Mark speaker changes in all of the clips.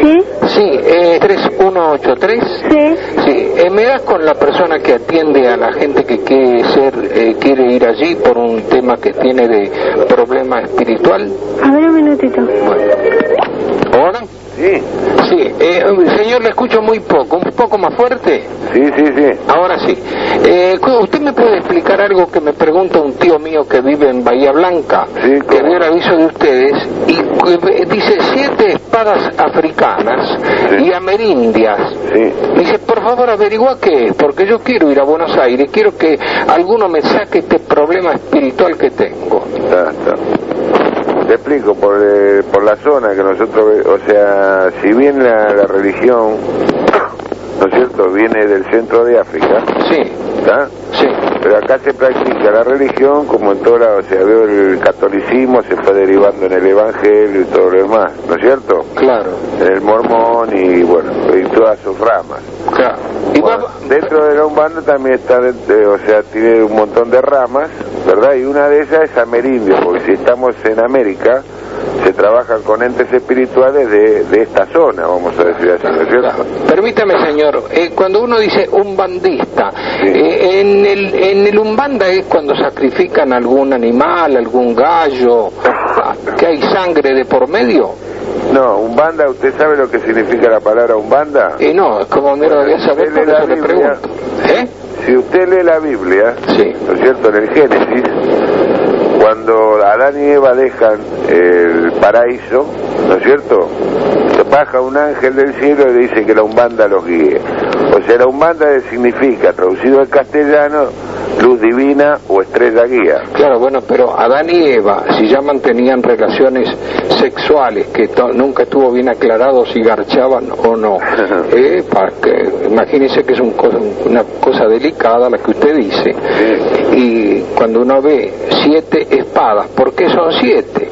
Speaker 1: Sí.
Speaker 2: Sí, eh, 3183.
Speaker 1: Sí.
Speaker 2: Sí, eh, me das con la persona que atiende a la gente que quiere, ser, eh, quiere ir allí por un tema que tiene de problema espiritual.
Speaker 1: A ver un minutito.
Speaker 2: Bueno. ¿Hola?
Speaker 3: Sí,
Speaker 2: Sí, eh, señor, le escucho muy poco, un poco más fuerte.
Speaker 3: sí, sí, sí.
Speaker 2: Ahora sí. Eh, cu- ¿Usted me puede explicar algo que me pregunta un tío mío que vive en Bahía Blanca?
Speaker 3: Sí,
Speaker 2: que
Speaker 3: cómo
Speaker 2: vio
Speaker 3: no.
Speaker 2: el aviso de ustedes y eh, dice siete espadas africanas
Speaker 3: Sí.
Speaker 2: y amerindias.
Speaker 3: Sí.
Speaker 2: Dice, por favor, averigua qué es, porque yo quiero ir a Buenos Aires, quiero que alguno me saque este problema espiritual que tengo.
Speaker 3: Está, está. Te explico, por, eh, por la zona que nosotros, ve- o sea, si bien la, la religión, ¿no es cierto?, viene del centro de África,
Speaker 2: Sí,
Speaker 3: ¿está?
Speaker 2: sí,
Speaker 3: Pero acá se practica la religión como en toda la, o sea, veo el catolicismo se fue derivando en el evangelio y todo lo demás, ¿no es cierto?
Speaker 2: claro,
Speaker 3: En el mormón y bueno, y todas sus ramas.
Speaker 2: claro. Y
Speaker 3: Bueno,
Speaker 2: va-
Speaker 3: dentro de la Umbanda también está, eh, o sea, tiene un montón de ramas, ¿verdad? Y una de ellas es Amerindio, porque si estamos en América, se trabajan con entes espirituales de, de esta zona, vamos a decir así, ¿no es cierto?
Speaker 2: Permítame, señor, eh, cuando uno dice umbandista,
Speaker 3: Sí.
Speaker 2: eh, en, el, en el umbanda es cuando sacrifican algún animal, algún gallo, ah, que hay sangre de por medio.
Speaker 3: No, Umbanda, ¿usted sabe lo que significa la palabra Umbanda?
Speaker 2: Y no, es como mero de saber, por
Speaker 3: Él es la
Speaker 2: eso le
Speaker 3: Biblia.
Speaker 2: pregunto. ¿Eh?
Speaker 3: Si usted lee la Biblia,
Speaker 2: Sí,
Speaker 3: ¿no es cierto? En el Génesis, cuando Adán y Eva dejan el paraíso, ¿no es cierto? Se baja un ángel del cielo y dice que la umbanda los guíe. O sea, la umbanda significa, traducido al castellano, luz divina o estrella guía.
Speaker 2: claro, bueno, pero Adán y Eva, si ya mantenían relaciones sexuales, que to- nunca estuvo bien aclarado si garchaban o no, eh, para que, imagínese que es un co- una cosa delicada la que usted dice. y cuando uno ve siete espadas, ¿por qué son siete?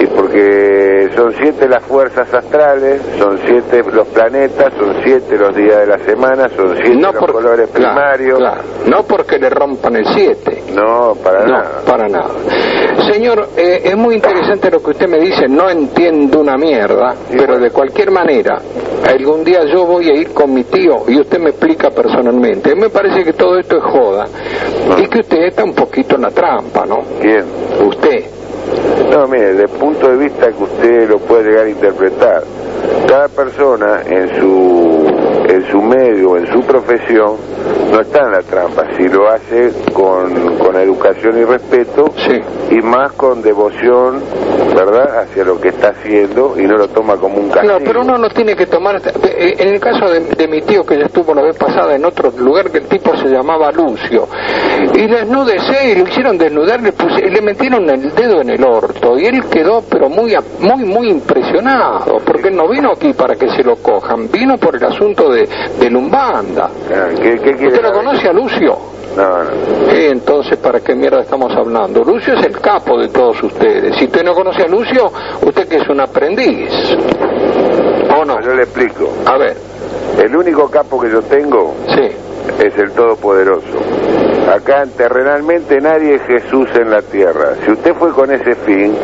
Speaker 3: Y porque son siete las fuerzas astrales, son siete los planetas, son siete los días de la semana, son siete los
Speaker 2: por-
Speaker 3: colores
Speaker 2: claro,
Speaker 3: primarios.
Speaker 2: claro. no porque le rompan el siete.
Speaker 3: No, para
Speaker 2: no,
Speaker 3: nada.
Speaker 2: para nada. Señor, eh, es muy interesante lo que usted me dice, no entiendo una mierda,
Speaker 3: Sí,
Speaker 2: pero
Speaker 3: bueno.
Speaker 2: de cualquier manera, algún día yo voy a ir con mi tío y usted me explica personalmente. Me parece que todo esto es joda y que usted está un poquito en la trampa, ¿no?
Speaker 3: Bien.
Speaker 2: Usted.
Speaker 3: No, mire, desde el punto de vista que usted lo puede llegar a interpretar, cada persona en su, en su medio, en su profesión, no está en la trampa, si lo hace con, con educación y respeto
Speaker 2: Sí.
Speaker 3: y más con devoción, ¿verdad?, hacia lo que está haciendo y no lo toma como un castigo.
Speaker 2: No, pero uno no tiene que tomar. eh, En el caso de, de mi tío que ya estuvo la vez pasada en otro lugar, que el tipo se llamaba Lucio, y desnudecé y lo hicieron desnudar, le, puse- le metieron el dedo en el orto, y él quedó, pero muy, a- muy, muy impresionado, porque él no vino aquí para que se lo cojan, vino por el asunto de, de Lumbanda.
Speaker 3: Ah, ¿Qué, qué quiere
Speaker 2: ¿Usted lo
Speaker 3: saber?
Speaker 2: conoce a Lucio?
Speaker 3: No, no.
Speaker 2: Eh, entonces, ¿para qué mierda estamos hablando? Lucio es el capo de todos ustedes. Si usted no conoce a Lucio, usted que es un aprendiz. ¿O no?
Speaker 3: Yo le explico.
Speaker 2: A ver,
Speaker 3: El único capo que yo tengo
Speaker 2: sí,
Speaker 3: es el Todopoderoso. Acá terrenalmente nadie es Jesús en la tierra. Si usted fue con ese fin,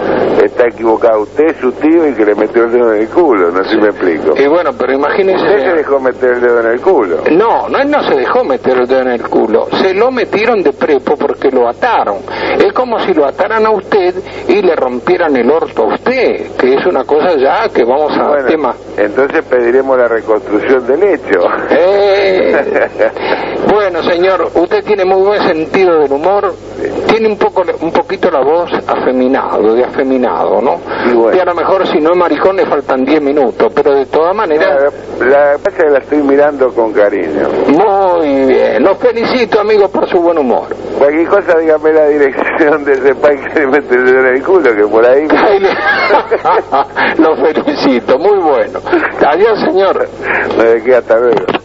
Speaker 3: está equivocado. Usted es su tío y que le metió el dedo en el culo, no sé si me explico.
Speaker 2: y bueno, pero
Speaker 3: Usted se
Speaker 2: imagínense...
Speaker 3: dejó meter el dedo en el culo.
Speaker 2: No, no, él no se dejó meter el dedo en el culo, se lo metieron de prepo porque lo ataron. Es como si lo ataran a usted y le rompieran el orto a usted, que es una cosa ya que vamos a
Speaker 3: Bueno,
Speaker 2: tema.
Speaker 3: entonces pediremos la reconstrucción del hecho.
Speaker 2: Eh, bueno, señor, usted tiene muy buen sentido del humor, tiene un poco, un poquito la voz afeminado, de afeminado, ¿no?
Speaker 3: Y bueno.
Speaker 2: Y a lo mejor si no es maricón le faltan 10 minutos, pero de todas maneras...
Speaker 3: La la- pasa que la estoy mirando con cariño.
Speaker 2: Muy bien, los felicito amigos por su buen humor.
Speaker 3: Cualquier cosa dígame la dirección de ese país que le mete el dedo en el culo, que por ahí...
Speaker 2: Ahí le- los felicito, muy bueno. Adiós señor.
Speaker 3: Me queda hasta luego.